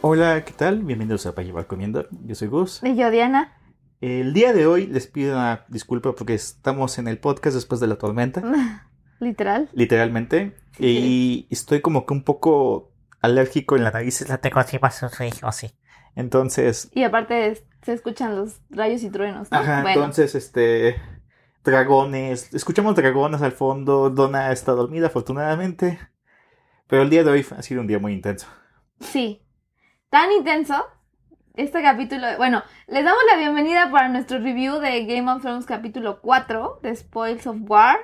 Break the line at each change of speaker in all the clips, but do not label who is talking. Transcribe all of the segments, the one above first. Hola, ¿qué tal? Bienvenidos a Para Llevar Comiendo. Yo soy Gus.
Y yo, Diana.
El día de hoy les pido una disculpa porque estamos en el podcast después de la tormenta,
Literal.
literalmente. Y estoy como que un poco alérgico en la nariz.
La tengo así más rico, así.
Entonces,
Y aparte es- se escuchan los rayos y truenos. ¿no?
ajá,
Ah, bueno,
entonces, este. Dragones. Escuchamos dragones al fondo. Donna está dormida, afortunadamente. Pero el día de hoy ha sido un día muy intenso.
sí. Tan intenso. Este capítulo, bueno, les damos la bienvenida para nuestro review de Game of Thrones capítulo 4 de Spoils of War.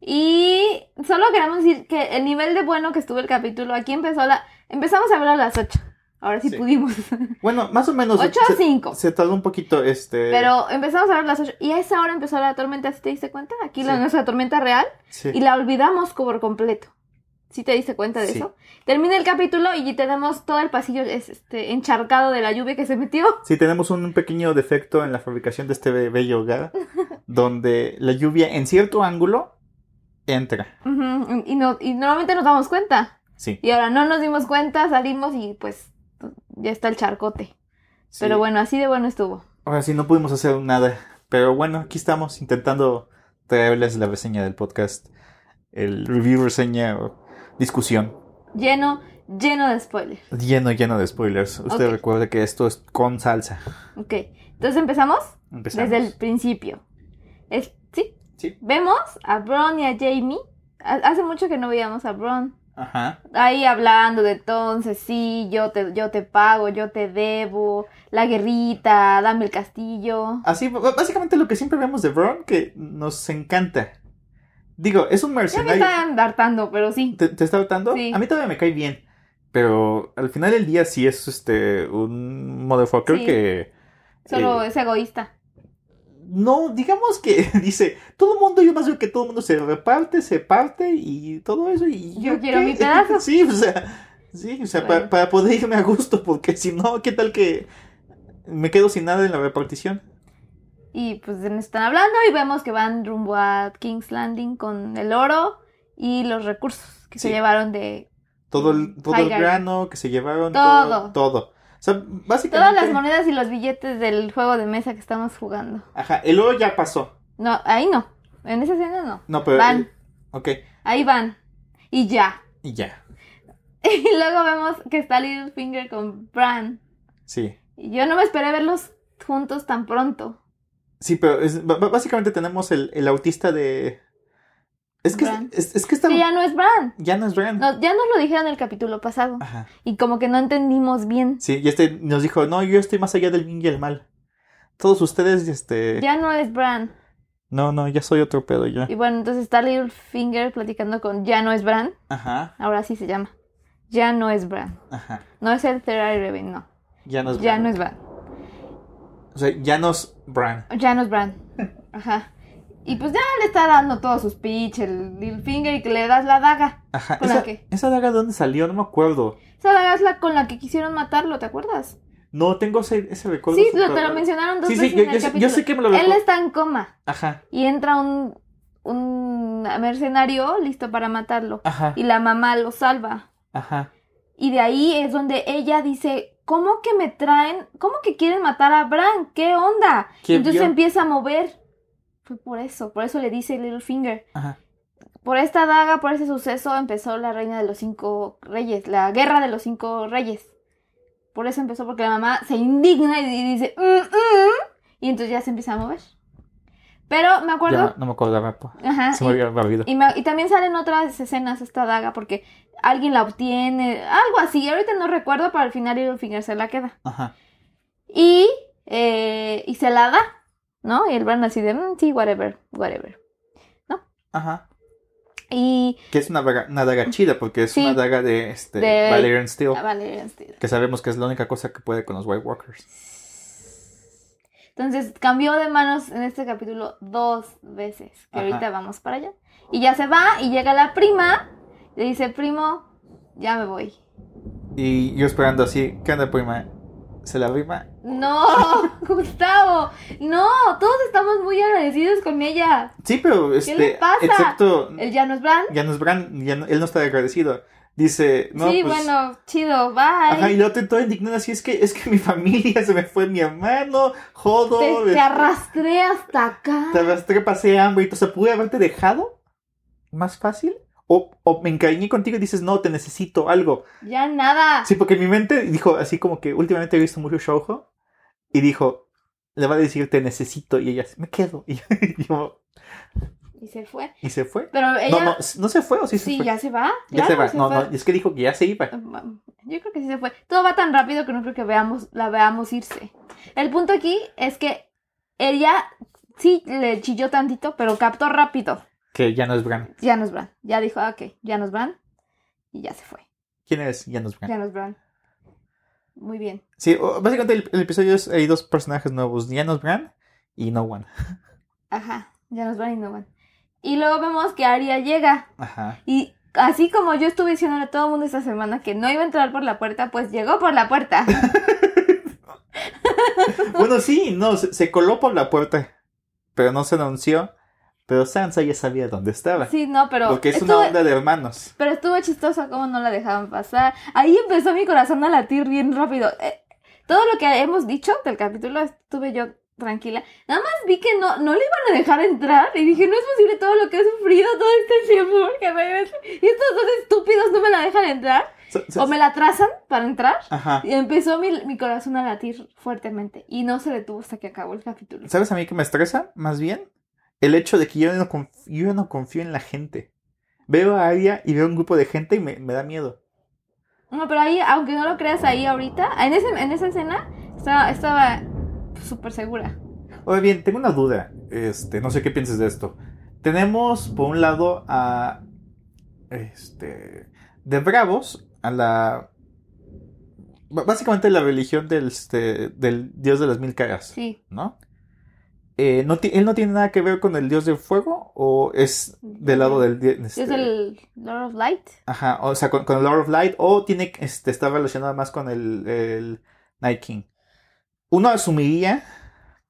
Y solo queremos decir que el nivel de bueno que estuvo el capítulo, aquí empezó la... Empezamos a verlo a las 8. Ahora sí,
Sí.
pudimos.
Bueno, más o menos.
8 a
se,
5.
se tardó un poquito, este.
Pero empezamos a ver las 8. Y a esa hora empezó la tormenta, ¿sí te diste cuenta? Aquí la
Sí.
nuestra tormenta real.
sí.
y la olvidamos por completo. ¿Sí te diste cuenta de
Sí.
eso? Termina el capítulo y tenemos todo el pasillo es- este, encharcado de la lluvia que se metió.
Sí, tenemos un pequeño defecto en la fabricación de este be- bello hogar, donde la lluvia en cierto ángulo entra.
Ujú, y, no- y normalmente nos damos cuenta.
Sí.
Y ahora no nos dimos cuenta, salimos y pues ya está el charcote.
sí.
Pero bueno, así de bueno estuvo.
Ahora sí, no pudimos hacer nada. Pero bueno, aquí estamos intentando traerles la reseña del podcast, el review, reseña o discusión.
Lleno, lleno de spoilers.
Lleno, lleno de spoilers. Usted
Ok.
recuerde que esto es con salsa.
Ok, entonces empezamos
Empezamos.
desde el principio. Es- sí,
Sí.
vemos a Bron y a Jamie. Hace mucho que no veíamos a Bron.
Ajá.
ahí hablando de entonces, sí, yo te, yo te pago, yo te debo, la guerrita, dame el castillo.
Así, b- básicamente lo que siempre vemos de Bron, que nos encanta. Digo, es un
Ya me
mercenario.
están hartando, pero sí.
¿Te, te está votando?
Sí.
A mí todavía me cae bien. Pero al final del día sí es este un motherfucker
Sí.
que.
Solo
eh,
es egoísta.
No, digamos que dice, todo el mundo, yo más veo que todo el mundo se reparte, se parte y todo eso. Y
Yo quiero mi pedazo.
Sí, o sea, sí, o sea, pa-
Bueno.
para poder irme a gusto, porque si no, ¿qué tal que me quedo sin nada en la repartición?
Y pues nos están hablando y vemos que van rumbo a King's Landing con el oro y los recursos que se
Sí.
llevaron de...
Todo el, todo el
Tiger.
grano que se llevaron, todo.
Mm, Todo.
todo. O sea,
Todas
básicamente.
las monedas y los billetes del juego de mesa que estamos jugando.
Ajá, el oro ya pasó.
No, ahí no. En esa escena no.
No, pero.
Van.
Ok,
Ahí van. Y ya.
y ya.
Y luego vemos que está Littlefinger con Bran.
Sí.
Y Yo no me esperé verlos juntos tan pronto.
Sí, pero es- b- b- básicamente tenemos el, el autista de. Es que,
Bran.
es, es que está.
Que ya no es Bran.
ya no es Bran.
No, ya nos lo dijeron en el capítulo pasado.
Ajá.
Y como que no entendimos bien.
Sí, y este nos dijo: No, yo estoy más allá del bien y el mal. Todos ustedes, este.
Ya no es Bran.
No, no, ya soy otro pedo, ya.
Y bueno, entonces está Littlefinger platicando con Ya no es Bran.
Ajá,
Ahora sí se llama. Ya no es Bran.
ajá.
No es el Terry Raven, no.
Ya nos.
Ya no es Bran.
O sea, ya nos Bran.
Ya no es Bran. Ajá. Y pues ya le está dando todos sus pitch, el Littlefinger, y que le das la daga.
Ajá.
¿Con la
¿Esa,
qué?
¿Esa daga de dónde salió? No me acuerdo.
Esa daga es la con la que quisieron matarlo, ¿te acuerdas?
No tengo ese, ese recuerdo.
Sí,
súper
lo- te lo
raro.
mencionaron dos
Sí, sí,
veces
yo,
en
yo
el
sé, yo
capítulo.
sé que me lo
Él
recuerdo.
está en coma.
Ajá,
y entra un, un mercenario listo para matarlo.
ajá,
Y la mamá lo salva.
ajá.
Y de ahí es donde ella dice, ¿cómo que me traen? ¿Cómo que quieren matar a Bran? ¿Qué onda?
¿Qué
Y entonces
vio?
empieza a mover. Fue por eso, por eso le dice Littlefinger.
Ajá.
Por esta daga, por ese suceso, empezó la reina de los cinco reyes, la guerra de los cinco reyes. Por eso empezó, porque la mamá se indigna y y dice, "Mm, mm", y entonces ya se empieza a mover. Pero me acuerdo
Ya, no me acordaba. po.
Ajá.
Se me había olvidado.
Ah, Y, y me- y también salen otras escenas esta daga porque alguien la obtiene, algo así. Ahorita no recuerdo, pero al final Littlefinger se la queda.
Ajá.
Y, eh, y se la da, ¿no? Y el Bran así de, "Mm, sí, whatever, whatever.
Ajá.
Y
Que es una, daga- una daga chida, porque es
Sí.
una daga de, este,
De-
Valerian Steel.
la Valerian Steel.
Que sabemos que es la única cosa que puede con los White Walkers.
Entonces cambió de manos en este capítulo dos veces. Que
Ajá.
ahorita vamos para allá. Y ya se va y llega la prima. Le dice, primo, ya me voy.
Y yo esperando así, ¿qué onda, prima? ¿Se la rima?
No, Gustavo, no, todos estamos muy agradecidos con ella.
Sí, pero este.
le pasa?
Excepto.
El ya no es Bran,
Ya no es Bran, ya no- él no está agradecido. dice, no,
sí,
pues,
bueno, chido, bye.
Ajá, y luego te toda indignada, así es que, es que mi familia se me fue mi hermano, jodo,
te,
me-
te arrastré hasta acá.
te arrastré, pasé hambre, y tú, o sea, pude haberte dejado más fácil, o, o me encariñé contigo y dices, no, te necesito algo.
Ya nada.
Sí, porque mi mente dijo, así como que últimamente he visto mucho shoujo, y dijo, le va a decir, te necesito, y ella, me quedo, y, yo,
Y se fue.
y se fue.
Pero ella.
No, no, no se fue, o sí se
sí,
fue.
ya se va.
Ya se
claro,
va, no,
fue. Mm,
no, es que dijo que ya se iba.
Yo creo que sí se fue. Todo va tan rápido que no creo que veamos, la veamos irse. El punto aquí es que ella sí le chilló tantito, pero captó rápido.
Que ya no es Bran.
Ya nos van. Ya dijo, ah, ok, ya nos van. Y ya se fue.
¿Quién es? Ya no es Bran.
Ya nos van. Muy bien.
Sí, o- básicamente el, el episodio es, hay dos personajes nuevos, Janos Bran y No One.
Ajá. Ya nos van y no van. Y luego vemos que Aria llega.
Ajá.
Y así como yo estuve diciéndole a todo el mundo esta semana que no iba a entrar por la puerta, pues llegó por la puerta.
Bueno, sí, no, se, se coló por la puerta, pero no se anunció. Pero Sansa ya sabía dónde estaba.
Sí, no, pero.
porque es
estuvo-
una onda de hermanos.
Pero estuvo chistoso cómo no la dejaban pasar. Ahí empezó mi corazón a latir bien rápido. Eh, todo lo que hemos dicho del capítulo estuve yo tranquila. Nada más vi que no, no le iban a dejar entrar y dije, no es posible todo lo que he sufrido todo este tiempo. porque me- Y estos dos estúpidos no me la dejan entrar.
So- so-
O me la trazan para entrar.
Ajá.
Y empezó mi, mi corazón a latir fuertemente. Y no se detuvo hasta que acabó el capítulo.
¿Sabes a mí que me estresa? Más bien, el hecho de que yo no conf- yo ya no confío, en la gente. Veo a Arya y veo un grupo de gente y me, me da miedo.
No, pero ahí, aunque no lo creas ahí ahorita, en, ese, en esa escena estaba estaba súper segura.
Oye, bien, tengo una duda. Este, no sé qué pienses de esto. Tenemos, por un lado, a. Este. De Bravos, a la. b- Básicamente la religión del, este, del dios de las mil caras,
Sí.
¿no? Eh, no ti- ¿Él no tiene nada que ver con el dios del fuego? ¿O es del lado del di- este,
Es el Lord of Light.
Ajá, o sea, con, con el Lord of Light, o tiene, que- este, está relacionada más con el, el Night King. Uno asumiría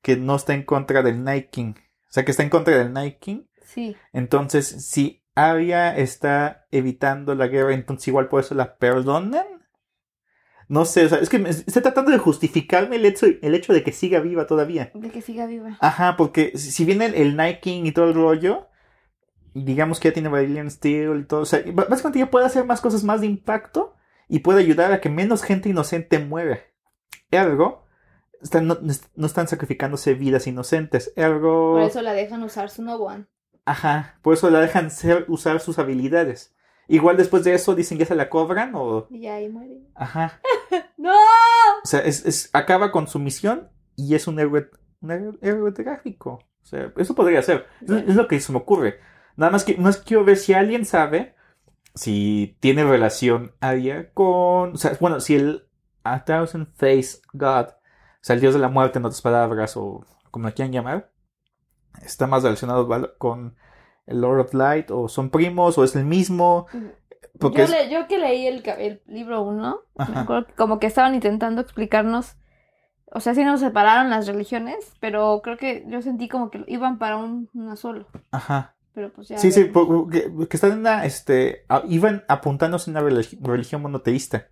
que no está en contra del Night King, o sea, que está en contra del Night King.
Sí.
Entonces, si Arya está evitando la guerra, entonces igual por eso la perdonan. No sé, o sea, es que me- estoy tratando de justificarme el hecho, el hecho de que siga viva todavía.
De que siga viva.
Ajá, porque si si viene el, el Night King y todo el rollo, digamos que ya tiene Valyrian Steel y todo, o sea, b- básicamente ya puede hacer más cosas más de impacto y puede ayudar a que menos gente inocente muera. Ergo, están- no, no están sacrificándose vidas inocentes. Ergo,
Por eso la dejan usar su No One.
ajá, por eso la dejan ser- usar sus habilidades. Igual después de eso dicen ya se la cobran o...
Y ahí muere.
Ajá.
¡No!
O sea, es, es- acaba con su misión y es un héroe, un héroe, héroe trágico. O sea, eso podría ser. Es, es lo que se me ocurre. Nada más que más quiero ver si alguien sabe si tiene relación Arya con. O sea, bueno, si el A Thousand Face God, o sea, el dios de la muerte, en otras palabras, o como lo quieran llamar, está más relacionado val- con el Lord of Light, o son primos, o es el mismo. Porque
Mm. Yo,
es-
le- yo que leí el, ca- el libro 1, me
Ajá.
acuerdo que como que estaban intentando explicarnos. O sea, sí nos separaron las religiones, pero creo que yo sentí como que iban para un, una solo.
Ajá.
Pero pues ya.
Sí, sí,
veremos.
po- que, que están en una, este, a- iban apuntándose en una religi- religión monoteísta,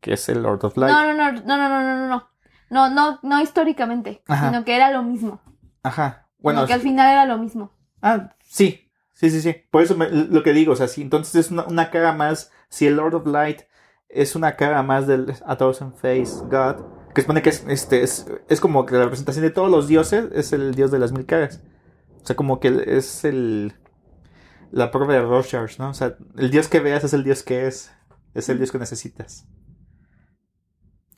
que es el Lord of Light.
No, no, no, no, no, no, no, no, no. No, no, no históricamente,
Ajá.
sino que era lo mismo.
Ajá,
Bueno,
bueno,
que al final era lo mismo.
ah, sí, sí, sí, sí, por eso me- lo que digo, o sea, sí, entonces es una, una cara más, si el Lord of Light es una cara más del A Thousand Face God, que supone que es, este, es, es como que la representación de todos los dioses es el dios de las mil caras, o sea, como que es el, la prueba de Rogers, ¿no? O sea, el dios que veas es el dios que es, es el dios que necesitas.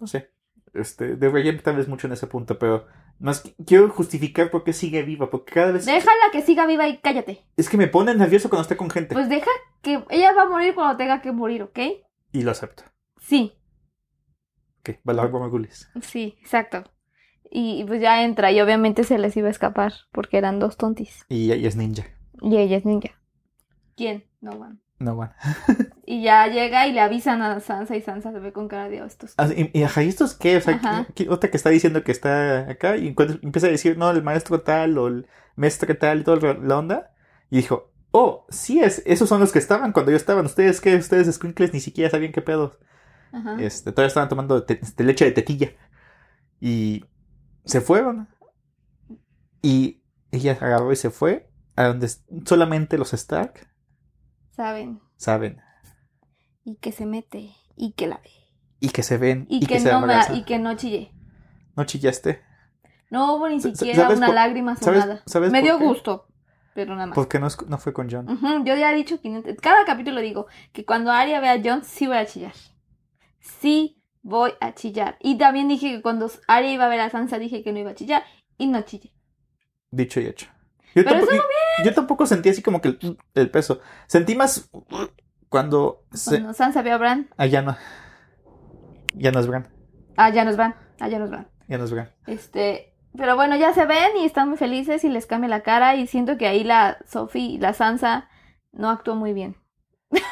no sé. Este, debería tal vez mucho en ese punto, pero más que- quiero justificar por qué sigue viva, porque cada vez
Déjala que siga viva y cállate.
es que me pone nervioso cuando está con gente
Pues deja que ella va a morir cuando tenga que morir, ¿ok?
y lo acepto.
Sí,
Ok, valor por Morgulis.
sí, exacto. Y y pues ya entra y obviamente se les iba a escapar porque eran dos tontis.
Y ella es ninja.
Y ella es ninja. ¿Quién? No van.
No bueno.
Y ya llega y le avisan a Sansa y Sansa se ve con cara de "Oh, estos.
Ah, Y, y, ajá, ¿y estos qué? O sea,
Ajá.
¿qué- qué- otra que está diciendo que está acá y cuando empieza a decir, no, el maestro tal o el maestre tal y toda la onda. Y dijo, oh, sí es, esos son los que estaban cuando yo estaban. Ustedes que, ustedes squinkles ni siquiera sabían qué pedos.
Ajá.
Este, todavía estaban tomando te- este, leche de tetilla. Y se fueron. Y ella agarró y se fue a donde s- solamente los Stark
Saben.
saben.
Y que se mete. Y que la ve.
Y que se ven.
Y, que,
se
no me,
abrazan.
y que no chille.
No chillaste.
No hubo ni
Sa- sa-
siquiera
¿sabes
una
por-
lágrima
¿Sabes,
sonada.
sabes
Me
por
dio
qué?
gusto, Mm. pero nada más.
Porque no, es- no fue con John.
Ujú, Yo ya he dicho 500. Cada capítulo digo que cuando Arya vea a John, sí voy a chillar. Sí voy a chillar. Y también dije que cuando Arya iba a ver a Sansa, dije que no iba a chillar. Y no chillé.
Dicho y hecho. Yo,
Pero
tampoco, yo, yo tampoco sentí así como que el, el peso. Sentí más cuando. se-
Cuando Sansa vio a Bran,
Ah, ya no. Ya no es Bran.
allá ah, nos van. Allá nos van.
Ya no es Bran.
Este. Pero bueno, ya se ven y están muy felices y les cambia la cara. Y siento que ahí la Sophie, la Sansa, no actuó muy bien.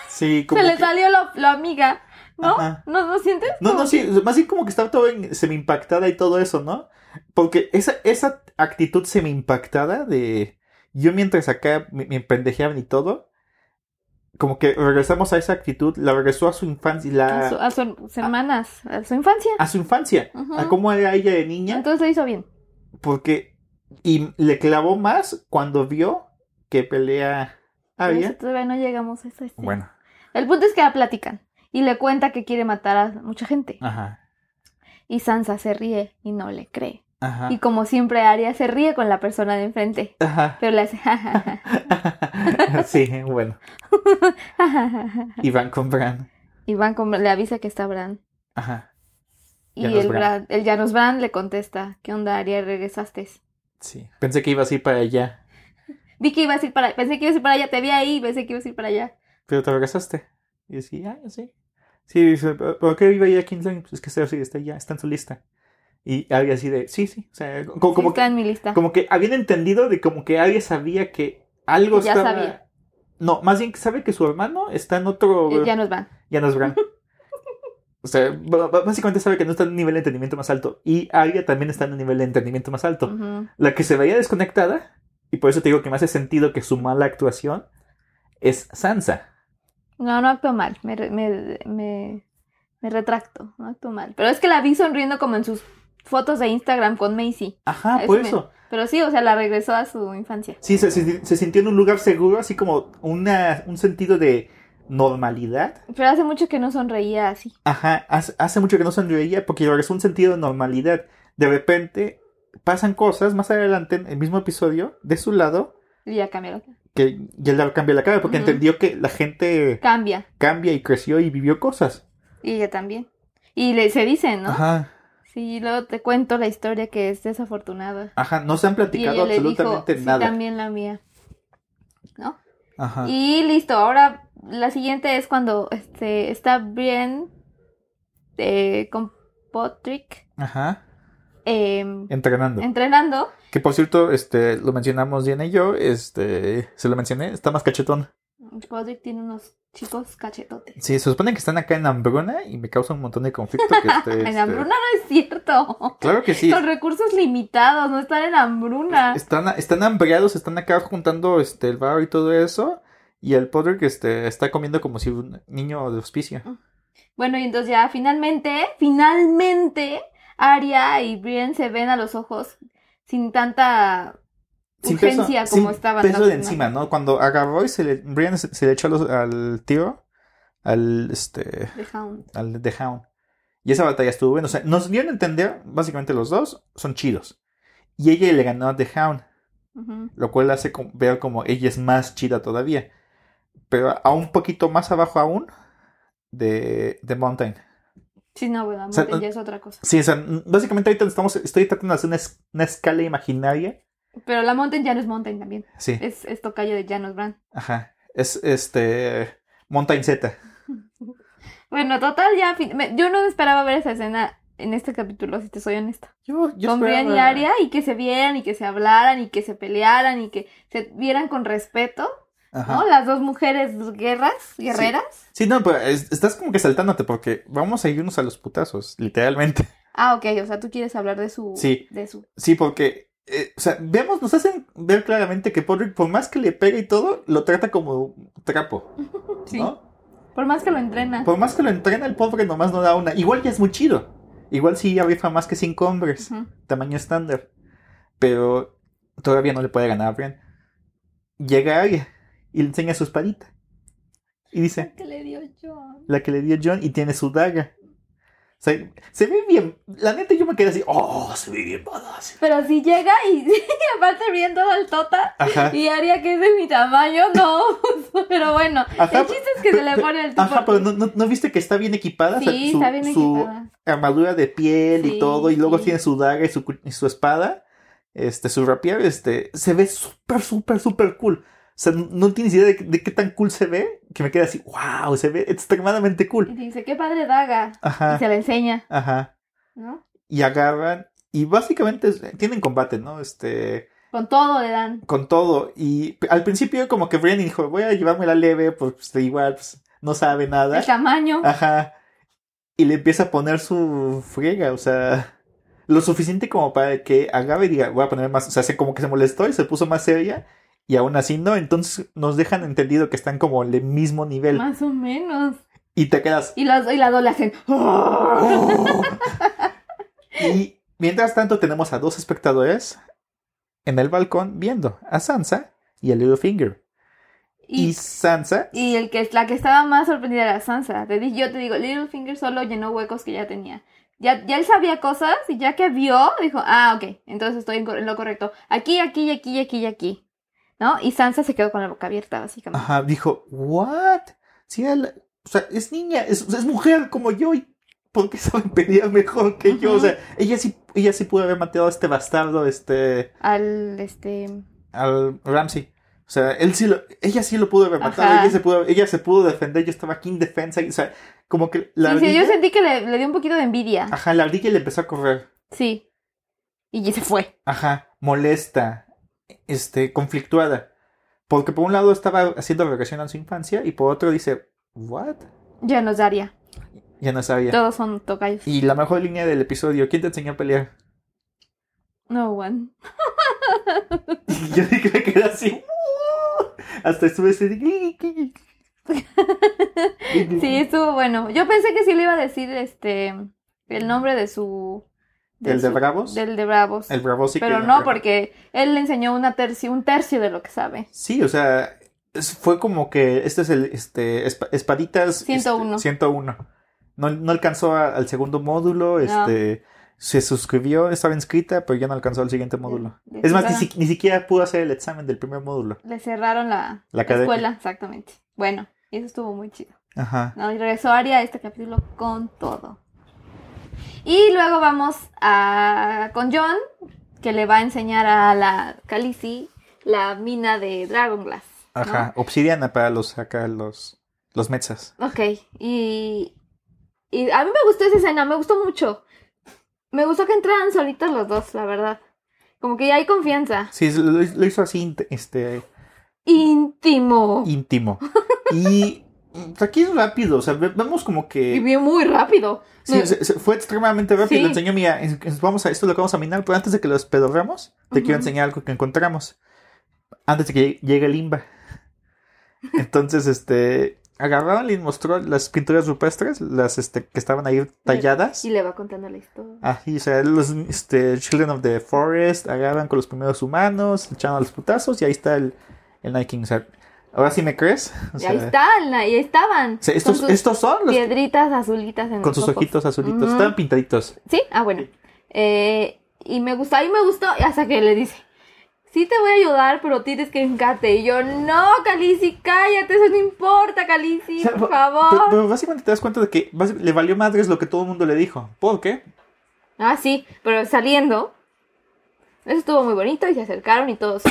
Sí, como.
Se le
que-
salió lo- la amiga, ¿no?
Ajá.
¿No, ¿No sientes?
No,
Como
no, sí, más bien como que estaba todo en- semi-impactada y todo eso, ¿no? Porque esa, esa actitud semi-impactada de yo mientras acá me, me pendejeaban y todo, como que regresamos a esa actitud, la regresó a su infancia, la-
A, su- a su- sus hermanas, a su infancia.
a su infancia,
Ujú.
a cómo era ella de niña,
Entonces lo hizo bien.
porque y le clavó más cuando vio que pelea
Pero
Arya.
eso todavía no llegamos a esa escena.
Ah, Bueno,
El punto es que la platican y le cuenta que quiere matar a mucha
Ah.
gente.
ajá,
Y Sansa se ríe y no le cree.
ajá,
Y como siempre, Arya se ríe con la persona de enfrente.
ajá.
Pero le hace jajaja.
sí, bueno, y van con Bran,
y van con, le avisa que está Bran.
ajá,
Y
Janos
el,
Bran.
Bran- el Janos Bran le contesta: ¿Qué onda, Arya? Regresaste.
sí. Pensé que iba así para allá.
Vi que ibas a ir para Pensé que ibas a ir para allá. Te vi ahí. Pensé que ibas a ir para allá.
pero te regresaste. Y decía, ah, sí. Sí, dice, "¿Pero ¿por qué iba a ir a King's Landing? Pues es que está, sí, está ya, está en su lista. Y había así de, sí, sí. O sea, como,
Sí,
como,
está
que,
en mi lista.
como que habían entendido de como que alguien sabía que algo
Que ya
estaba.
sabía.
No, más bien que sabe que su hermano está en otro.
Eh, Janos Bran.
Ya no es Bran. O sea, b- b- básicamente sabe que no está en un nivel de entendimiento más alto. Y Arya también está en un nivel de entendimiento más alto.
Ujú.
La que se veía desconectada, y por eso te digo que me hace sentido que su mala actuación es Sansa.
No, no actúo mal. Me, re- me, me, me retracto. No actúo mal. Pero es que la vi sonriendo como en sus fotos de Instagram con Macy.
Ajá,
Es
por
me-
eso.
Pero sí, o sea, la regresó a su infancia.
Sí, se, se- se sintió en un lugar seguro, así como una, un sentido de normalidad.
Pero hace mucho que no sonreía así.
Ajá, hace, hace mucho que no sonreía porque regresó un sentido de normalidad. De repente pasan cosas más adelante en el mismo episodio, de su lado,
Y ya cambiaron.
que ya le cambia la cara porque
Ujú.
entendió que la gente
Cambia.
cambia y creció y vivió cosas.
Y ella también. Y le, se dicen, ¿no?
Ajá,
Sí, luego te cuento la historia que es desafortunada.
ajá, no se han
Y
platicado
ella le dijo,
absolutamente
sí,
nada. Ah.
también la mía.
Ajá.
Y listo, ahora la siguiente es cuando este, está bien con Patrick
Ajá.
em,
Entrenando.
entrenando.
Que por cierto, este, lo mencionamos Diana y yo, este, se lo mencioné, está más cachetón.
Podrick tiene unos chicos cachetotes.
Sí, se supone que están acá en Hambruna y me causa un montón de conflicto que esté.
En
este-
hambruna no es cierto.
Claro que sí.
Con recursos limitados, no están en hambruna.
Están, están hambriados, están acá juntando este, el barro y todo eso. Y el Podrick este, está comiendo como si un niño de hospicio.
Bueno, y entonces ya finalmente, finalmente, Aria y Brienne se ven a los ojos sin tanta
Sin peso-
urgencia como
sin
estaban.
peso
las
de encima, ¿no? Cuando agarró y se le, Brian se, se le echó a los- al tío, al, este,
de Hound.
al The Hound. Y esa batalla estuvo buena. O sea, nos dieron a entender, básicamente los dos son chidos. Y ella le ganó a The Hound.
Ujú.
lo cual hace co- ver como ella es más chida todavía. Pero a un poquito más abajo aún de, de Mountain.
Sí, no, bueno,
O sea,
Mountain
no-
ya es otra cosa.
Sí, o sea, n- básicamente ahorita estamos, estoy tratando de hacer una, es- una escala imaginaria.
Pero la Mountain ya no es Mountain también.
Sí,
Es, es tocayo de Janos Brand.
ajá. Es este. Mountain Z.
Bueno, total, ya. fin- me- Yo no esperaba ver esa escena en este capítulo, si te soy honesta.
Yo, yo
con Brian y
esperaba-
Aria y que se vieran y que se hablaran y que se pelearan y que se vieran con respeto,
Ajá.
¿no? Las dos mujeres guerras, guerreras.
Sí, no, pero es- estás como que saltándote porque vamos a irnos a los putazos, literalmente.
Ah, ok, o sea, tú quieres hablar de su...
Sí.
De su...
Sí, porque eh, o sea, vemos, nos hacen ver claramente que Podrick, por más que le pega y todo, lo trata como trapo,
Sí.
¿no?
Por más que lo entrena.
Por más que lo entrena, el pobre nomás no da una. Igual ya es muy chido. Igual sí ya rifa más que cinco hombres,
Ujú.
tamaño estándar. Pero todavía no le puede ganar a Brian. Llega Arya y le enseña su espadita. Y dice,
¿Qué le dio John?
la que le dio John y tiene su daga. O sea, se ve bien. La neta yo me quedé así, oh, se ve bien badass.
Pero si llega y, y aparte bien todo el tota
Ajá.
y haría que es de mi tamaño, no. pero bueno,
Ajá,
el chiste es que se le
pe-
pone el tipo.
Ajá, pero no, no- ¿no viste que está bien equipada? O sea,
sí,
su-
está bien
su-
equipada.
armadura de piel
Sí,
y todo, y luego
sí.
tiene su daga y su, cu- y su espada, este, su rapier, este, se ve súper, súper, súper cool. O sea, n- no tienes idea de, de qué tan cool se ve, que me queda así, wow, se ve extremadamente
Y
cool.
dice, qué padre daga. Y
Ajá,
se la enseña,
ajá.
¿no?
Y agarran, y básicamente es- tienen combate, ¿no? Este,
Con todo le dan.
con todo. Y p- al principio como que Brian dijo, voy a llevarme la leve, pues, pues, igual, pues, no sabe nada.
El
Ah,
tamaño.
Ajá. Y le empieza a poner su friega, o sea, lo suficiente como para que agarre y diga, voy a poner más, o sea, se- como que se molestó y se puso más seria, y aún así no, entonces nos dejan entendido que están como en el mismo nivel,
Más o menos.
y te quedas,
Y las, y las dos le hacen.
"Oh". y mientras tanto tenemos a dos espectadores en el balcón viendo a Sansa y a Littlefinger, y,
Y,
Sansa,
y el que, la que estaba más sorprendida era Sansa. Te di- yo te digo, Littlefinger solo llenó huecos que ya tenía. Ya, ya él sabía cosas y ya que vio, dijo, ah, ok, entonces estoy en, cor- en lo correcto. Aquí, aquí, y aquí, y aquí, y aquí. ¿No? Y Sansa se quedó con la boca abierta, básicamente.
ajá, dijo, what, si era la- o sea, es niña, es, es mujer como yo y ¿por qué sabe pelear mejor que yo? O sea, ella sí, ella sí pudo haber matado a este bastardo, este,
Al, este...
al Ramsey. O sea, él sí lo, ella sí lo pudo haber matado,
Ajá.
ella se pudo, ella se pudo defender, yo estaba aquí indefensa, y, o sea, como que la
Sí, sí,
ardilla, Ah.
yo sentí que le, le dio un poquito de envidia.
ajá, la ardilla le empezó a correr,
Sí. Y ya se fue.
ajá, molesta, este, conflictuada. Porque por un lado estaba haciendo regresión a su infancia y por otro dice, what?
Ya nos daría.
Ya no sabía.
Todos son tocayos.
Y la mejor línea del episodio, ¿quién te enseñó a pelear?
No one.
Y yo me quedé así. "Uh". Hasta estuve así.
Sí, estuvo bueno. Yo pensé que sí le iba a decir este el nombre de su
¿Del de
su-
Bravos?
Del de Bravos.
El bravo sí que
Pero
era
no,
bravo.
porque él le enseñó una tercio, un tercio de lo que sabe.
Sí, o sea, es- fue como que este es el este esp- espaditas este,
101.
101. No, no alcanzó a- al segundo módulo, este se suscribió, estaba inscrita, pero ya no alcanzó al siguiente módulo.
Le
Es más, ni,
cerraron-
si- ni siquiera pudo hacer el examen del primer módulo.
le cerraron la,
La academia.
escuela, exactamente. Bueno, y eso estuvo muy chido.
Ajá.
No, y regresó Aria a este capítulo con todo. Y luego vamos a con John, que le va a enseñar a la Khaleesi la mina de Dragonglass. ¿no?
Ajá. Obsidiana para los acá los los mexas.
Ok, y, y a mí me gustó esa escena, me gustó mucho. Me gustó que entraran solitos los dos, la verdad. Como que ya hay confianza.
Sí, lo, lo hizo así int- este
Íntimo.
íntimo. Y mm, aquí es rápido, o sea, ve- vemos como
Y
que
bien muy rápido.
sí,
No,
se- se- fue extremadamente rápido.
Sí.
Le enseñó, mira, es- es- vamos a esto lo que vamos a minar, pero antes de que lo despedorramos, te quiero
Ujú.
enseñar algo que encontramos. Antes de que llegue- llegue el IMBA. Entonces, este, agarraron y mostró las pinturas rupestres, las este, que estaban ahí talladas.
Y le va contando la historia.
Así, o sea, los este, Children of the Forest agarran con los primeros humanos, le echan a los putazos y ahí está el, el Night King. O sea, ahora sí me crees. O
Y
sea,
ahí están, ahí estaban.
o sea, estos,
con sus
estos son los
piedritas azulitas en
con
los
sus
ojos. Mm.
ojitos azulitos,
Ujú.
están pintaditos.
¿Sí? Ah, bueno. Eh, y me gustó, y me gustó, hasta que le dice, sí te voy a ayudar, pero tienes que encate. Y yo, no, Calici, cállate, eso no importa, Calici,
O sea,
por
pero- Pero,
favor.
pero básicamente te das cuenta de que basi- le valió madres lo que todo el mundo le dijo. ¿Por qué?
Ah, sí, pero saliendo, eso estuvo muy bonito, y se acercaron y todos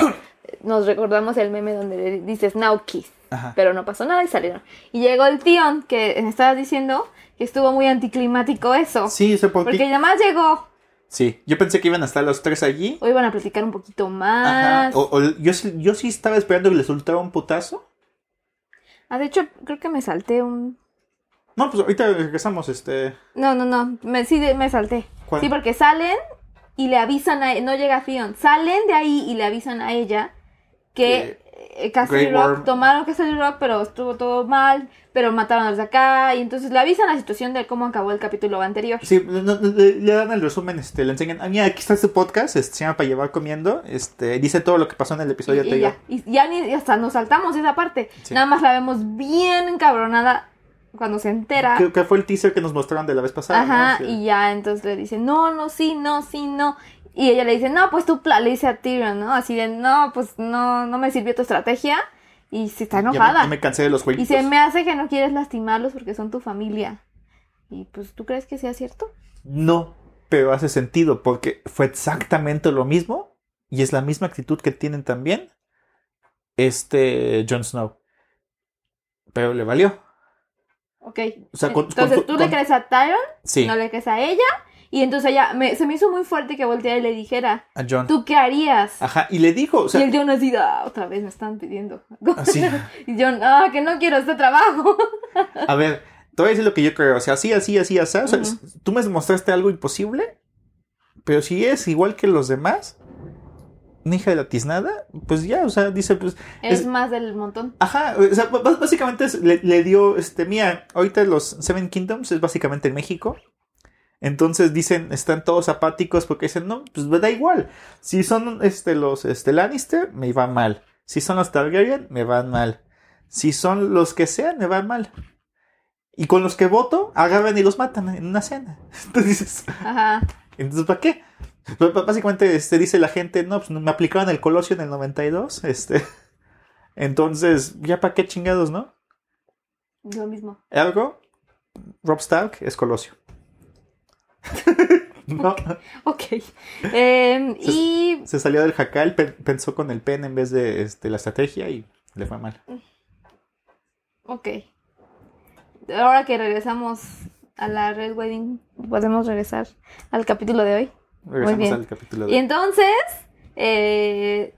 nos recordamos el meme donde le dices, now kiss.
Ajá.
Pero no pasó nada y salieron. Y llegó el tío que estabas diciendo que estuvo muy anticlimático eso.
Sí, o sea, porque,
Porque además llegó.
Sí, yo pensé que iban a estar los tres allí.
Hoy van a platicar un poquito más.
Ajá. O- o yo, sí- yo sí estaba esperando que le soltara un putazo.
Ah, de hecho, creo que me salté un...
No, pues ahorita regresamos, este...
No, no, no, me, sí, de- me salté.
¿Cuál?
Sí, porque salen y le avisan a no llega Theon, salen de ahí y le avisan a ella que eh, Castle
Grey
Rock,
Worm-
tomaron Castle Rock, pero estuvo todo mal, pero mataron a los de acá, y entonces le avisan la situación de cómo acabó el capítulo anterior.
Sí, no, no, le, le dan el resumen, este, le enseñan, ah, mira, aquí está este podcast, este, se llama Para Llevar Comiendo, este, dice todo lo que pasó en el
Y,
episodio
y
anterior.
ya, y ya ni, hasta nos saltamos esa parte.
Sí.
Nada más la vemos bien encabronada cuando se entera.
Que, que fue el teaser que nos mostraron de la vez pasada.
Ajá,
¿no? Sí.
y ya entonces le dice, no, no, sí, no, sí, no. Y ella le dice, no, pues tú pla- le dice a Tyrion, ¿no? Así de, no, pues no, no me sirvió tu estrategia. Y se está
Ya me-
enojada.
ya me cansé de los
y
jueguitos.
se me hace que no quieres lastimarlos porque son tu familia. Y pues, ¿tú crees que sea cierto?
No, pero hace sentido porque fue exactamente lo mismo y es la misma actitud que tienen también este Jon Snow. Pero le valió.
Ok.
O sea, con-
entonces
con-
tú
con-
le crees a Tyrion,
Sí,
no le crees a ella. Y entonces ella, me- se me hizo muy fuerte que volteara y le dijera,
a Jon.
¿tú qué harías?
Ajá, y le dijo, Ah, o
y
sea,
el John así, "Ah, otra vez me están pidiendo.
así.
Y John, ah, que no quiero este trabajo.
A ver, te voy a decir lo que yo creo. O sea, así, así, así, así. O sea,
Ujú.
Tú me mostraste algo imposible, pero si es igual que los demás, una hija de la tiznada, pues ya, o sea, dice, pues
Es,
Es-
más del montón.
Ajá, o sea, b- b- básicamente es- le, le dio, este, mira, ahorita los Seven Kingdoms es básicamente en México. Entonces dicen, están todos apáticos porque dicen, no, pues me da igual. Si son este, los este, Lannister, me va mal. Si son los Targaryen, me van mal. Si son los que sean, me van mal. Y con los que voto, agarran y los matan en una cena. Entonces dices,
Ajá.
entonces, ¿para qué? B- b- Básicamente este, dice la gente, no, pues me aplicaron el colosio en el 92, este. Entonces, ya para qué chingados, ¿no?
Lo mismo.
Ergo, Rob Stark es colosio. no,
Ok. Em,
Se-
y
se salió del jacal, pe- pensó con el pen en vez de este, la estrategia y le fue mal.
Ok. Ahora que regresamos a la Red Wedding, podemos regresar al capítulo de hoy.
Regresamos
bien.
al capítulo
Y
de...
entonces, eh,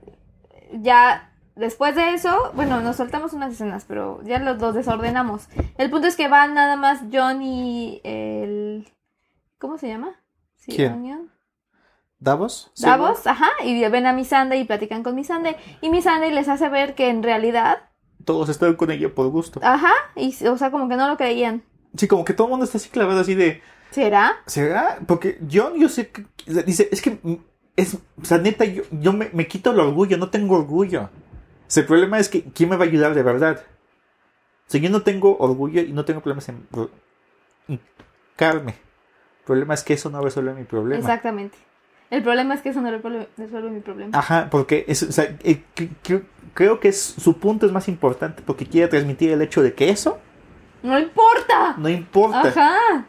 ya después de eso, bueno, nos saltamos unas escenas, pero ya los, los desordenamos. El punto es que van nada más John y el... ¿Cómo se llama? Sí,
¿Quién?
Onion.
¿Davos?
Davos, ajá, y ven a Missandei y platican con Missandei y Missandei les hace ver que en realidad,
Todos están con ella por gusto.
ajá, y o sea, como que no lo creían.
Sí, como que todo el mundo está así clavado así de...
¿Será?
¿Será? ah, Porque John, yo sé que. o sea, Dice, es que. mm, Es, o sea, neta, yo, yo me, me quito el orgullo, no tengo orgullo. O sea, el problema es que, ¿quién me va a ayudar de verdad? O sea, yo no tengo orgullo y no tengo problemas en. carne. El problema es que eso no resuelve mi problema.
Exactamente. El problema es que eso no resuelve resuelve mi problema.
Ajá, porque es, o sea, eh, cre- cre- creo que es- su punto es más importante porque quiere transmitir el hecho de que eso
¡No importa!
no importa.
Ajá.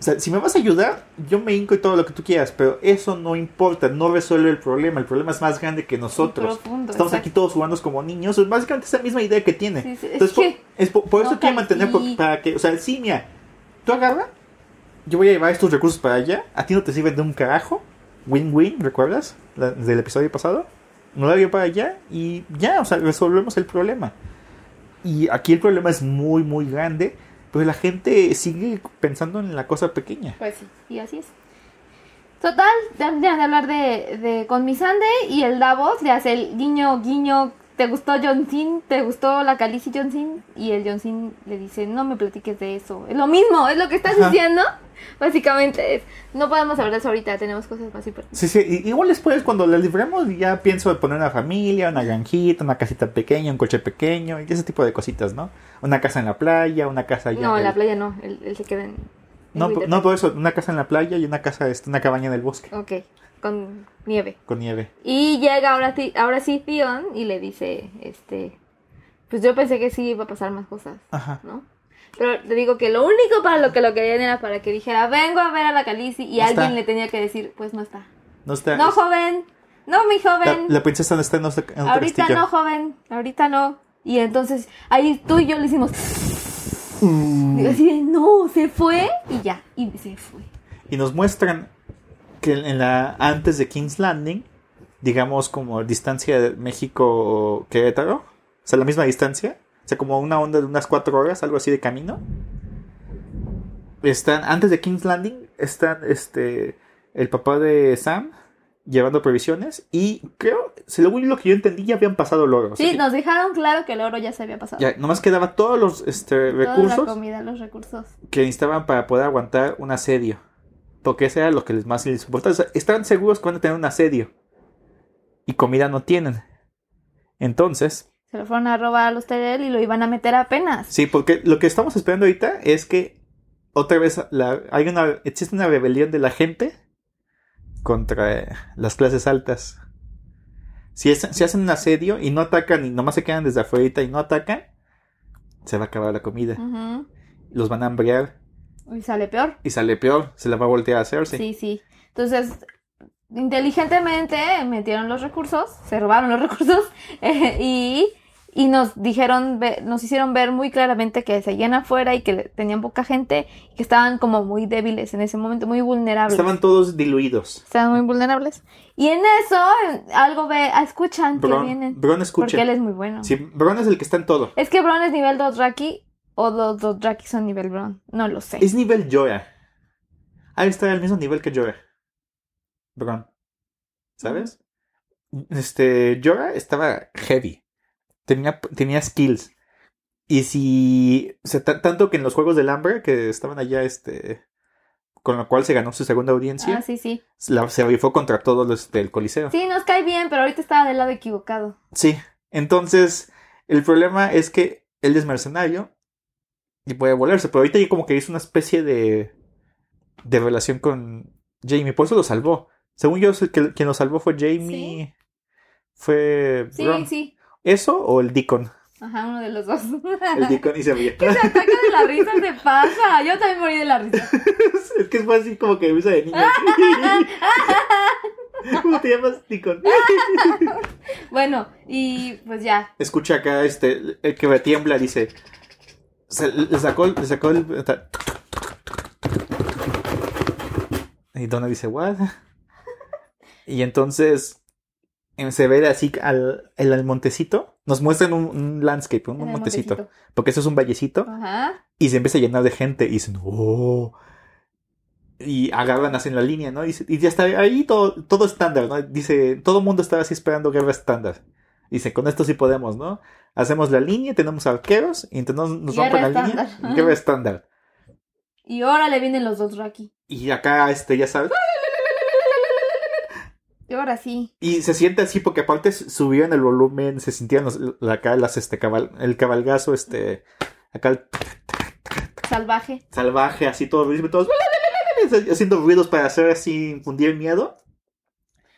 O sea, si me vas a ayudar, yo me hinco y todo lo que tú quieras, pero eso no importa, no resuelve el problema. El problema es más grande que nosotros.
Profundo,
Estamos
exacto.
aquí todos jugando como niños. Es básicamente esa misma idea que tiene.
Sí, sí, es
Entonces, por-
que-
es por, por eso
no
quiero mantener, por-
califica.
para que, o sea, sí, mira, tú agarra, yo voy a llevar estos recursos para allá, a ti no te sirven de un carajo. Win-win, ¿recuerdas? La- del episodio pasado. No la llevo para allá y ya, o sea, resolvemos el problema. Y aquí el problema es muy, muy grande, pero la gente sigue pensando en la cosa pequeña.
Pues sí, y así es. Total, terminan de hablar de, de con Missandei y el Davos le hace el guiño, guiño, ¿te gustó John Cena? ¿Te gustó la Khaleesi John Cena? Y el John Cena le dice, no me platiques de eso. Es lo mismo, es lo que estás
Ajá.
diciendo. Básicamente es, no podemos hablar de eso ahorita, tenemos cosas más importantes.
Sí, sí, i- igual después cuando la libremos ya pienso en poner una familia, una granjita, una casita pequeña, un coche pequeño y ese tipo de cositas, ¿no? Una casa en la playa, una casa allá.
No,
en
en la
el-
playa no, él, él se queda en... en
No, po-
Winterfell.
no, por eso, una casa en la playa y una casa, este, una cabaña en el bosque
Ok, con nieve.
con nieve.
Y llega ahora, sí- ahora sí Theon y le dice, este, pues yo pensé que sí iba a pasar más cosas.
Ajá.
¿no? Pero te digo que lo único para lo que lo querían era para que dijera, vengo a ver a la Calici y
No
alguien
está.
le tenía que decir, pues no está.
No está.
No, joven, no, mi
la,
joven,
la princesa no está en otro, en otro
ahorita
castillo.
no, joven, ahorita no. Y entonces ahí tú y yo le hicimos,
Mm.
y así de, no, se fue y ya, y se fue.
Y nos muestran que en la antes de King's Landing, digamos como distancia de México Querétaro, o sea, la misma distancia, o sea, como una onda de unas cuatro horas, algo así de camino. Están antes de King's Landing, están este el papá de Sam llevando provisiones y creo, según lo que yo entendí, ya habían pasado logros.
Sí, nos dejaron claro que el oro ya se había pasado.
Ya, nomás quedaba todos los este,
Toda
recursos
la comida, los recursos.
que necesitaban para poder aguantar un asedio. Porque ese era lo que les más les importaba. O sea, estaban seguros que van a tener un asedio. Y comida no tienen. Entonces,
Se lo fueron a robar al hotel y lo iban a meter apenas.
sí, porque lo que estamos esperando ahorita es que otra vez la- hay una, existe una rebelión de la gente contra eh, las clases altas. Si, es- si hacen un asedio y no atacan y nomás se quedan desde afuera y no atacan, se va a acabar la comida.
Ujú.
Los van a hambrear
Y sale peor.
y sale peor. Se la va a voltear a hacerse.
Sí, sí. Entonces, inteligentemente metieron los recursos, se robaron los recursos eh, y, y nos dijeron, ve- nos hicieron ver muy claramente que seguían afuera y que le- tenían poca gente y que estaban como muy débiles en ese momento, muy vulnerables.
Estaban todos diluidos.
Estaban muy vulnerables. Y en eso, en- algo ve, ah, escuchan que
Bron,
vienen.
Bron
Porque
escucha.
él es muy bueno.
Sí, Bron es el que está en todo.
Es que Bron es nivel Dothraki o los Dothraki son nivel Bron. No lo sé.
Es nivel Jorah. Ah, está al mismo nivel que Jorah. Bron. ¿Sabes? Este, Jorah estaba heavy. Tenía, tenía skills. Y si... o sea, ta- tanto que en los Juegos del Hambre, que estaban allá, este... Con lo cual se ganó su segunda audiencia.
Ah, sí, sí.
la- se rifó contra todos los del Coliseo.
Sí, nos cae bien, pero ahorita estaba del lado equivocado.
Sí, entonces el problema es que él es mercenario y puede volarse, pero ahorita ya como que hizo una especie de, de relación con Jamie, por eso lo salvó. Según yo, es el que- quien lo salvó fue Jamie. Fue.
Sí,
Bron.
sí.
¿Eso o el Deacon?
Ajá, uno de los dos.
El Deacon y se ríe.
¿Qué se ataca de la risa te pasa? Yo también morí de la risa.
es que fue así como que risa de niño. ¿Cómo te llamas, Deacon?
Bueno, y pues ya.
escucha acá este el que tiembla dice se- le sacó el- le sacó el ta- y Donna dice what y entonces eh, se ve así al el, al montecito nos muestran un, un landscape un,
en el Ah.
montecito, porque eso es un vallecito
Ajá.
y se empieza a llenar de gente y dicen oh y agarran hacen la línea no y, se- y ya está ahí todo todo estándar no dice todo mundo estaba así esperando guerra estándar dice con esto sí podemos no hacemos la línea tenemos arqueros y entonces nos, nos van por
Guerra
la
estándar.
línea guerra estándar
Y ahora le vienen los dos Raki.
y acá este ya sabes
Y ahora sí.
y se siente así porque aparte su- subían el volumen se sentían los, la- acá las este cabal- el cabalgazo este acá el
Salvaje.
salvaje, así todo ruido, todos haciendo ruidos para hacer así, infundir miedo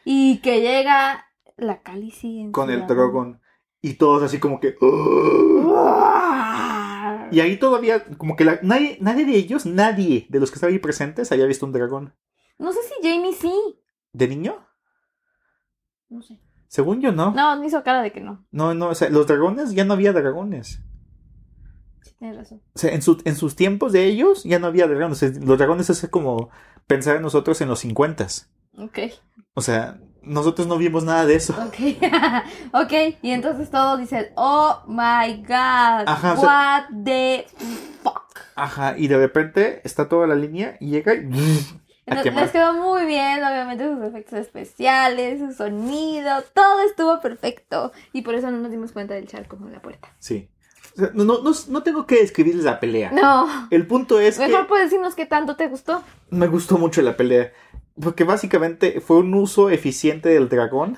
Y que llega la Cali sí en
con
su
el
dragón.
dragón. Y todos así como que... Y ahí todavía, como que la- nadie, nadie de ellos, nadie de los que estaban ahí presentes había visto un dragón.
No sé si Jamie sí.
¿De niño?
No sé.
Según yo no.
No, me hizo cara de que no.
No, no, o sea, los dragones ya no había dragones.
Sí, tienes razón.
O sea, en, su- en sus tiempos de ellos ya no había dragones. O sea, Los dragones es como pensar en nosotros en los 50.
Ok.
O sea, nosotros no vimos nada de eso.
Ok, ok, y entonces todos dicen, oh my god,
Ajá, o
what the fuck.
Ajá, y de repente está toda la línea y llega y... A
Entonces,
quemar.
les quedó muy bien, obviamente sus efectos especiales, su sonido, todo estuvo perfecto. Y por eso no nos dimos cuenta del charco con la puerta.
Sí. O sea, no, no, no, no tengo que describirles la pelea.
No,
El punto es que
mejor puedes decirnos qué tanto te gustó.
me gustó mucho la pelea. Porque básicamente fue un uso eficiente del dragón.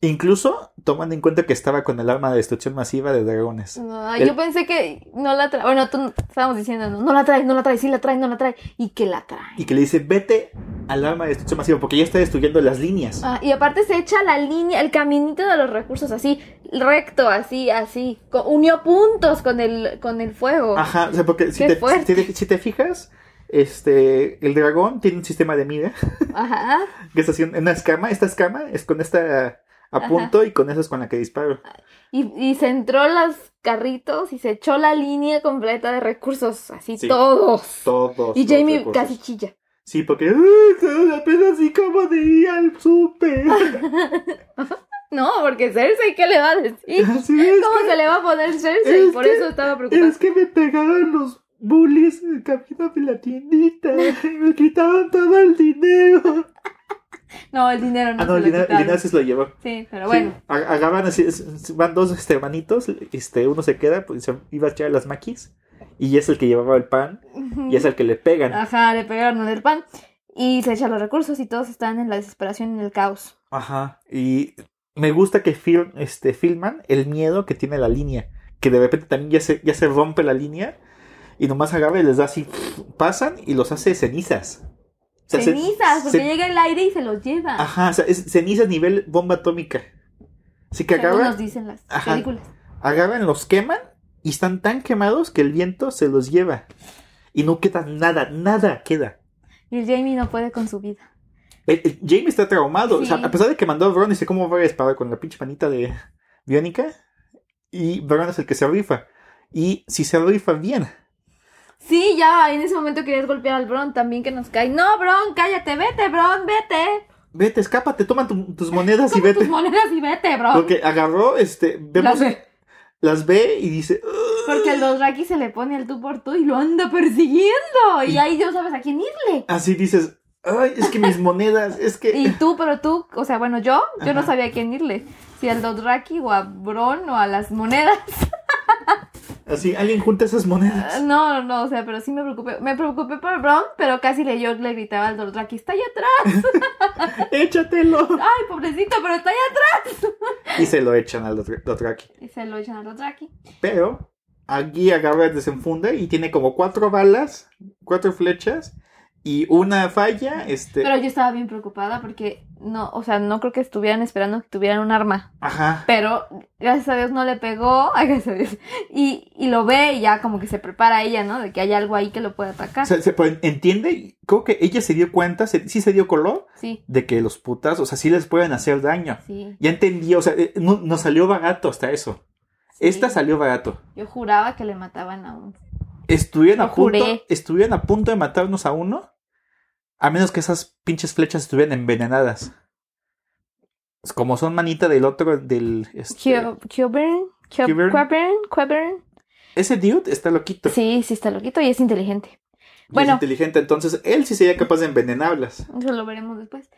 Incluso tomando en cuenta que estaba con el arma de destrucción masiva de dragones.
No,
El-
Yo pensé que no la trae, bueno, tú no- estábamos diciendo, no, no la trae, no la trae, sí la trae, no la trae, y que la trae.
Y que le dice, vete al arma de destrucción masiva porque ya está destruyendo las líneas.
Ah, y aparte se echa la línea, el caminito de los recursos así, recto, así, así. co- unió puntos con el, con el fuego.
Ajá, o sea, porque si
Qué
te, si
fuerte.
te- si te fijas, este, el dragón tiene un sistema de mira
Ajá.
que está haciendo en una escama. Esta escama es con esta a
Ajá. Ah,
punto y con esa es con la que disparo.
Y, y centró los carritos y se echó la línea completa de recursos, así
Sí.
todos.
Todos.
Y
los
Jamie
recursos.
casi chilla.
Sí, porque "Uy, apenas sí como de ir al súper.
No, porque Cersei, ¿qué le va a decir?
Así es
¿Cómo
que-
se le va a poner Cersei?
es
Por
que-
eso estaba preocupada.
Es que me pegaron los bullies en el camino de la tiendita. Me quitaban todo el dinero.
No, el dinero no
Ah, no,
se
el
lo
dinero, el
quitaron.
dinero sí se lo llevó.
Sí, pero
Sí,
bueno.
a- agarran así, es- es- van dos este, hermanitos, este, uno se queda, pues se iba a echar las maquis, y es el que llevaba el pan, y es el que le pegan.
Ajá, le pegaron del pan. Y se echan los recursos y todos están en la desesperación y en el caos.
Ajá. Y me gusta que fil- este, filman el miedo que tiene la línea, que de repente también ya se, ya se rompe la línea, y nomás agarra y les da así, pasan y los hace cenizas. O sea, ce-
Cenizas, porque
ce-
llega el aire y se los lleva.
Ajá, o sea, es cenizas nivel bomba atómica. Así que
Según
agarran.
nos dicen las
Ajá.
películas.
agarran, los queman y están tan quemados que el viento se los lleva. Y no queda nada, nada queda.
Y el Jamie no puede con su vida.
El- el Eh, Jamie está traumado. O sea,
Sí.
a pesar de que mandó a Bron y dice cómo va a disparar con la pinche manita de biónica. Y Bron es el que se rifa. Y si se rifa bien.
Sí, ya en ese momento querías golpear al Bron también que nos cae. No, Bron, cállate, vete, Bron, vete.
Vete, escápate, toma tu- tus monedas y
Toma tus
vete.
monedas y vete, Bron.
Porque agarró, este, vemos,
Las ve.
las ve y dice, "Ugh".
Porque el Dothraki se le pone el tú por tú y lo anda persiguiendo. Y
Y-
ahí no sabes a quién irle.
así dices, ay, es que mis monedas, es que...
Y tú, pero tú, o sea, bueno, yo, yo no
Ajá.
sabía a quién irle. Si al Dothraki o a Bron o a las monedas.
Así, alguien junta esas monedas.
Ah, No, no, o sea, pero sí me preocupé. Me preocupé por Bron, pero casi le, yo le gritaba al Dothraki, está allá atrás.
Échatelo.
Ay, pobrecito, pero está allá
Y se lo echan al Dothraki. Dothraki.
atrás. Y se lo echan al Dothraki.
Pero aquí agarra, desenfunda y tiene como cuatro balas, cuatro flechas y una falla. Este,
Pero yo estaba bien preocupada porque no, o sea, no creo que estuvieran esperando que tuvieran un arma.
ajá.
Pero gracias a Dios no le pegó, ay, gracias a Dios. Y, y lo ve y ya como que se prepara ella, ¿no? De que hay algo ahí que lo puede atacar.
O sea, se- pero entiende, y creo que ella se dio cuenta, se- sí se dio color
Sí,
de que los putas, o sea, sí les pueden hacer daño.
sí.
Ya entendió, o sea, eh, no, nos salió barato hasta eso.
sí.
Esta salió barato.
Yo juraba que le mataban a un.
Estuvieron a,
Lo
punto,
juré.
estuvieron a punto de matarnos a uno, a menos que esas pinches flechas estuvieran envenenadas. Pues Como son manita del otro, del... este,
Qbern,
Qbern. Ese dude está loquito.
Sí, sí está loquito y es inteligente.
Y
Bueno.
Es inteligente, entonces él sí sería capaz de envenenarlas.
Eso lo veremos después.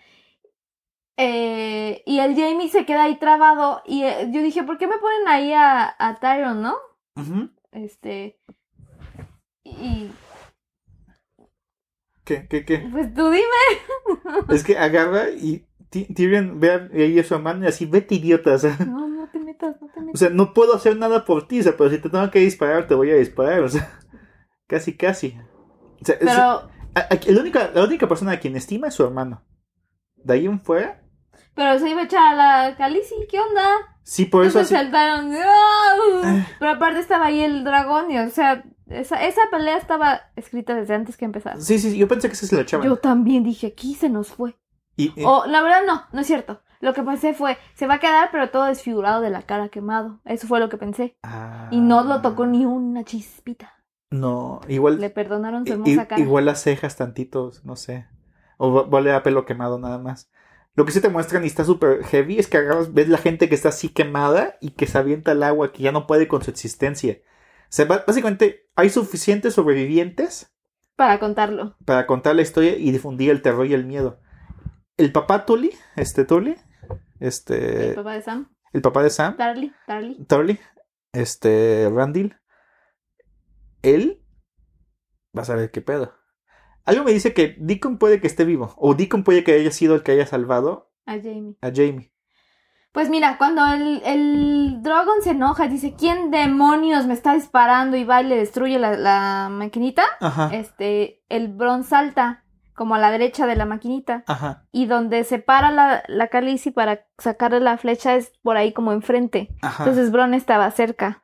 Eh, y el Jamie se queda ahí trabado. Y eh, yo dije, ¿por qué me ponen ahí a, a Tyron, no?
Ujú.
Este. Y.
¿Qué, qué, qué?
Pues tú dime.
es que agarra y Ty- Tyrion ve a- ahí a su hermano y así, vete idiota. O sea,
No, no te metas, no te
o
metas.
sea, no puedo hacer nada por ti, o sea, pero si te tengo que disparar, te voy a disparar. O sea, casi, casi. O sea, es-
Pero,
a- a- el única- la única persona a quien estima es su hermano. De ahí en fuera,
pero se iba a echar a la Calici, ¿qué onda?
sí, por eso
Entonces
así. Eh.
el Tyron. ¡ah! Pero aparte estaba ahí el dragón, y o sea, esa, esa pelea estaba escrita desde antes que empezara.
Sí, sí, sí, yo pensé que ese se lo echaban.
Yo Oh, también dije, aquí se nos fue.
Y, y-
O, la verdad, no, no es cierto. Lo que pensé fue, se va a quedar, pero todo desfigurado de la cara quemado. Eso fue lo que pensé.
Ah.
Y no lo tocó ni una chispita.
No, igual.
Le perdonaron su
I-
hermosa cara.
Igual las cejas tantitos, no sé. O va- vale a pelo quemado nada más. Lo que sí te muestran y está súper heavy es que agarras- ves la gente que está así quemada y que se avienta al agua, que ya no puede con su existencia. O sea, ba- básicamente hay suficientes sobrevivientes
Para contarlo.
para contar la historia y difundir el terror y el miedo. El papá Tully, este Tully,
el
este,
papá de Sam.
el papá de Sam,
Darly, Darly.
Tully, este, Randall, él, vas a ver qué pedo. Algo me dice que Deacon puede que esté vivo, o Deacon puede que haya sido el que haya salvado
A Jamie.
a Jamie.
Pues mira, cuando el, el Dragon se enoja, dice, ¿quién demonios me está disparando? Y va y le destruye la, la maquinita.
Ajá,
Este, el Bron salta como a la derecha de la maquinita.
ajá,
Y donde se para la, la Khaleesi para sacarle la flecha es por ahí como enfrente.
ajá.
Entonces Bron estaba cerca.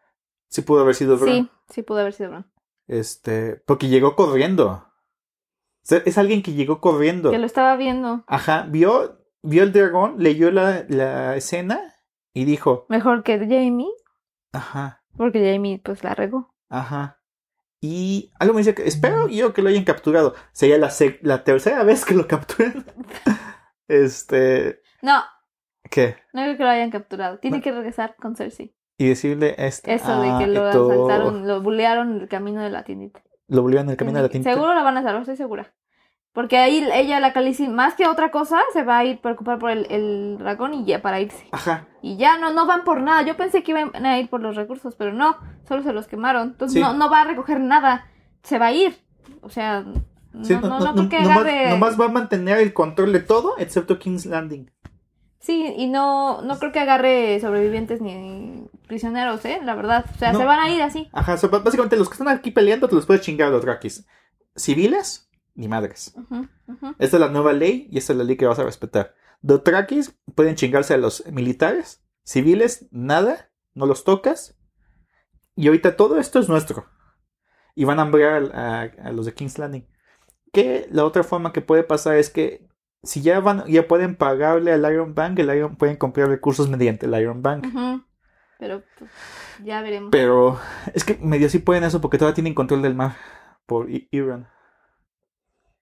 sí pudo haber sido Ah. Bron.
Sí, sí pudo haber sido Bron.
Este, porque llegó corriendo. O sea, es alguien que llegó corriendo.
Que lo estaba viendo
Ajá, vio, vio el dragón, leyó la, la escena y dijo,
mejor que Jamie,
ajá.
porque Jamie pues la regó.
Ajá. Y algo me dice que espero yo que lo hayan capturado. Sería la, sec- la tercera vez que lo capturan. este.
No,
¿Qué?
no creo que lo hayan capturado. Tiene
No.
que regresar con Cersei.
Y decirle este.
Eso de
ah,
que lo
esto-
asaltaron, lo bulearon en el camino de la tiendita.
Lo volvieron el camino de la tinta.
Seguro la van a salvar, estoy segura. Porque ahí ella, la Khaleesi, más que otra cosa, se va a ir preocupar por el, el dragón y ya para irse.
Ajá.
Y ya no, no van por nada. Yo pensé que iban a ir por los recursos, pero no, solo se los quemaron. Entonces
Sí.
no, no va a recoger nada, se va a ir. O sea, no,
Sí,
no, no,
no-
porque
nomás-
agarre.
nomás va a mantener el control de todo, excepto King's Landing.
Sí, y no, no creo que agarre sobrevivientes ni prisioneros, ¿eh? La verdad. O sea,
No.
se van a ir así.
Ajá, o sea, b- básicamente los que están aquí peleando te los puedes chingar los Drakis. Civiles, ni madres.
Ujú, ujú.
Esta es la nueva ley y esta es la ley que vas a respetar. Los Drakis pueden chingarse a los militares. Civiles, nada, no los tocas. Y ahorita todo esto es nuestro. Y van a hambrear a, a los de King's Landing. Que la otra forma que puede pasar es que si ya van, ya pueden pagarle al Iron Bank, el Iron, pueden comprar recursos mediante el Iron Bank.
Ujú. Pero pues, ya veremos.
Pero es que medio sí pueden eso porque todavía tienen control del mar por I- Iran.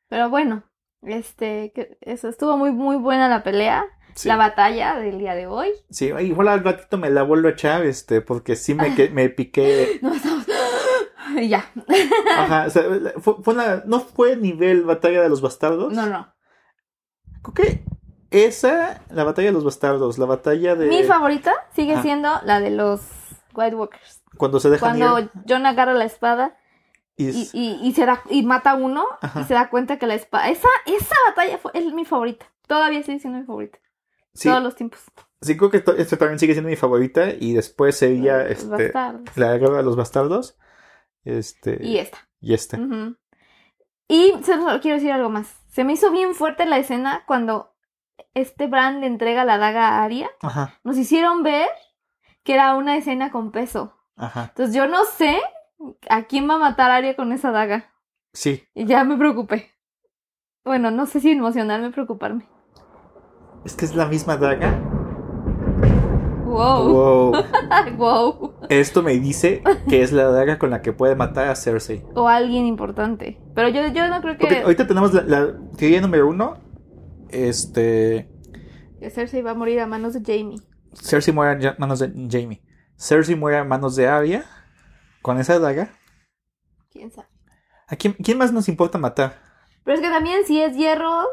Pero bueno, este, que- eso estuvo muy, muy buena la pelea,
Sí,
la batalla del día de hoy.
sí, igual al ratito me la vuelvo a echar, este, porque sí me, que, me piqué.
No estamos.
Pues,
Y ya.
Ajá, o sea, fue, fue una- no fue nivel batalla de los bastardos.
No, no.
Creo que esa, la batalla de los bastardos, la batalla de
Mi favorita sigue
Ah.
siendo la de los White Walkers.
cuando se dejan ir
Cuando John agarra la espada
y,
y, y, y se da, y mata a uno
Ajá.
y se da cuenta que la espada. Esa, esa batalla fue es mi favorita. Todavía sigue siendo mi favorita.
sí,
Todos los tiempos.
sí creo que esto, esto también sigue siendo mi favorita y después sería
Los
este
bastardos.
la guerra de los bastardos. Este
Y ¿Mm? esta.
y esta.
Ujú. Y solo quiero decir algo más. Se me hizo bien fuerte la escena cuando este Bran le entrega la daga a Arya.
Ajá,
Nos hicieron ver que era una escena con peso.
ajá.
Entonces yo no sé a quién va a matar Arya con esa daga.
Sí.
Y ya me preocupé. Bueno, no sé si emocionarme, preocuparme.
Es que es la misma daga.
Wow.
Wow.
Wow.
Esto me dice que es la daga con la que puede matar a Cersei.
O alguien importante. Pero yo, yo no creo que,
Porque ahorita tenemos la, la teoría número uno. Este.
que Cersei va a morir a manos de Jamie.
Cersei muere en ya- manos de Jamie. Cersei muere a manos de Arya. Con esa daga.
¿Quién sabe?
¿A quién, quién más nos importa matar?
Pero es que también si es hierro,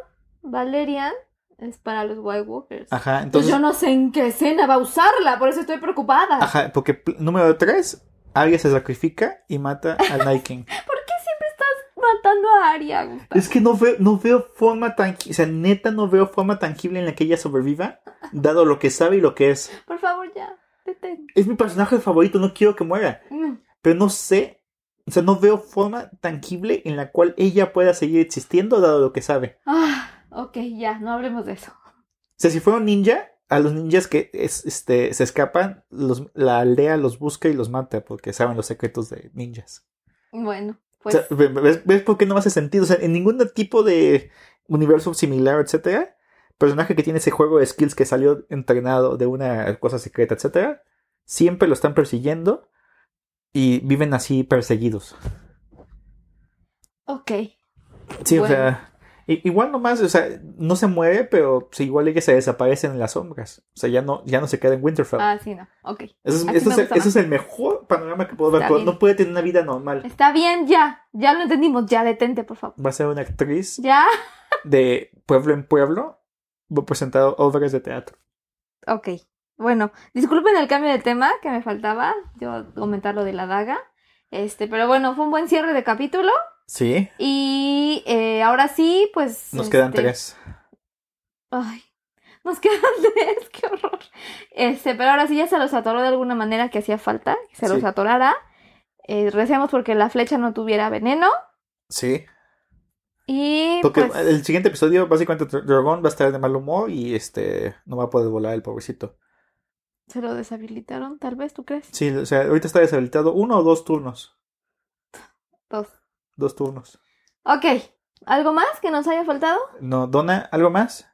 Valerian es para los White Walkers.
Ajá, entonces.
Entonces Pues yo no sé en qué escena va a usarla, por eso estoy preocupada.
Ajá, porque pl- número tres. Arya se sacrifica y mata al Night King.
¿Por qué siempre estás matando a Arya? Gustavo?
Es que no veo, no veo forma tangible, o sea, neta no veo forma tangible en la que ella sobreviva, dado lo que sabe y lo que es.
Por favor, ya, detén.
Es mi personaje favorito, no quiero que muera.
No.
pero no sé, o sea, no veo forma tangible en la cual ella pueda seguir existiendo dado lo que sabe.
Ah, ok, ya, no hablemos de eso.
O sea, si fuera un ninja, a los ninjas que es- este, se escapan, los- la aldea los busca y los mata porque saben los secretos de ninjas.
Bueno,
O
pues
sea, ve- ve- ¿ves, ves por qué no hace sentido? O sea, en ningún tipo de universo similar, etcétera, personaje que tiene ese juego de skills que salió entrenado de una cosa secreta, etcétera, siempre lo están persiguiendo y viven así perseguidos.
ok.
Sí, o
Bueno.
sea, i- igual nomás, o sea, no se mueve, pero sí, igual ella se desaparece en las sombras. O sea, ya no, ya no se queda en Winterfell.
Ah, sí, no. Ok.
eso es, eso
así me
es el-
gusta más.
eso es el mejor panorama que puedo ver.
Está
pero
bien.
No puede tener una vida normal.
Está bien, ya. Ya lo entendimos, ya detente, por favor.
Va a ser una actriz
Ya.
de pueblo en pueblo, va a presentar obras de teatro.
Ok, bueno, disculpen el cambio de tema que me faltaba, yo comentar lo de la daga, este, pero bueno, fue un buen cierre de capítulo
Sí,
y eh, ahora sí, pues...
nos quedan
este,
tres.
Ay, nos quedan tres, qué horror. Este, pero ahora sí ya se los atoró de alguna manera que hacía falta, que se los
Sí.
atorara. Eh, recemos porque la flecha no tuviera veneno
Sí,
y...
porque eh,
pues,
el siguiente episodio, básicamente, Dra- Dragón va a estar de mal humor y este no va a poder volar el pobrecito.
Se lo deshabilitaron, tal vez, ¿tú crees?
Sí, o sea, ahorita está deshabilitado uno o dos turnos.
Dos.
Dos turnos.
Ok, ¿algo más que nos haya faltado?
No, Donna, ¿algo más?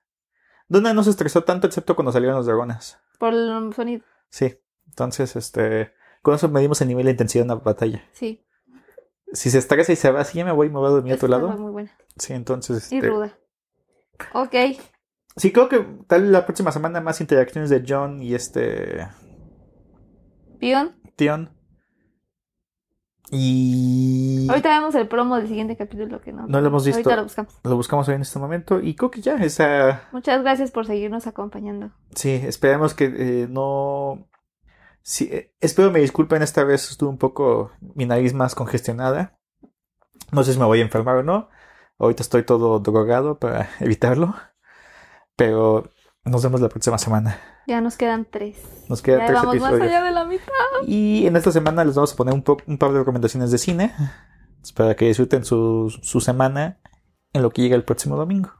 Donna no se estresó tanto excepto cuando salieron los dragones.
Por el sonido,
Sí, entonces, este, con eso medimos el nivel de intensidad en la batalla.
sí.
Si se estresa y se va, sí, ya me voy, me voy a dormir a tu
Esa fue
lado.
Muy buena.
Sí, entonces,
Y
este,
ruda. Ok,
sí, creo que tal vez la próxima semana más interacciones de John y este
Pion.
Tion. Y
Ahorita vemos el promo del siguiente capítulo que no.
no lo hemos visto.
Ahorita lo buscamos.
Lo buscamos hoy en este momento. Y creo que ya, esa.
Muchas gracias por seguirnos acompañando.
Sí, esperemos que eh, no. Sí, eh, espero me disculpen, esta vez estuvo un poco mi nariz más congestionada. No sé si me voy a enfermar o no. Ahorita estoy todo drogado para evitarlo. Pero nos vemos la próxima semana.
Ya nos quedan tres.
Nos
Ya
quedan tres
vamos más
episodios.
allá de la mitad.
Y en esta semana les vamos a poner un, po- un par de recomendaciones de cine para que disfruten su, su semana en lo que llega el próximo domingo.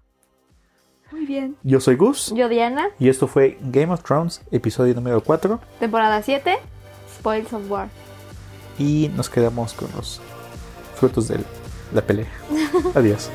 Muy bien.
Yo soy Gus
Yo, Diana,
y esto fue Game of Thrones, episodio número 4
temporada 7, Spoils of War.
y nos quedamos con los frutos de la pelea. Adiós.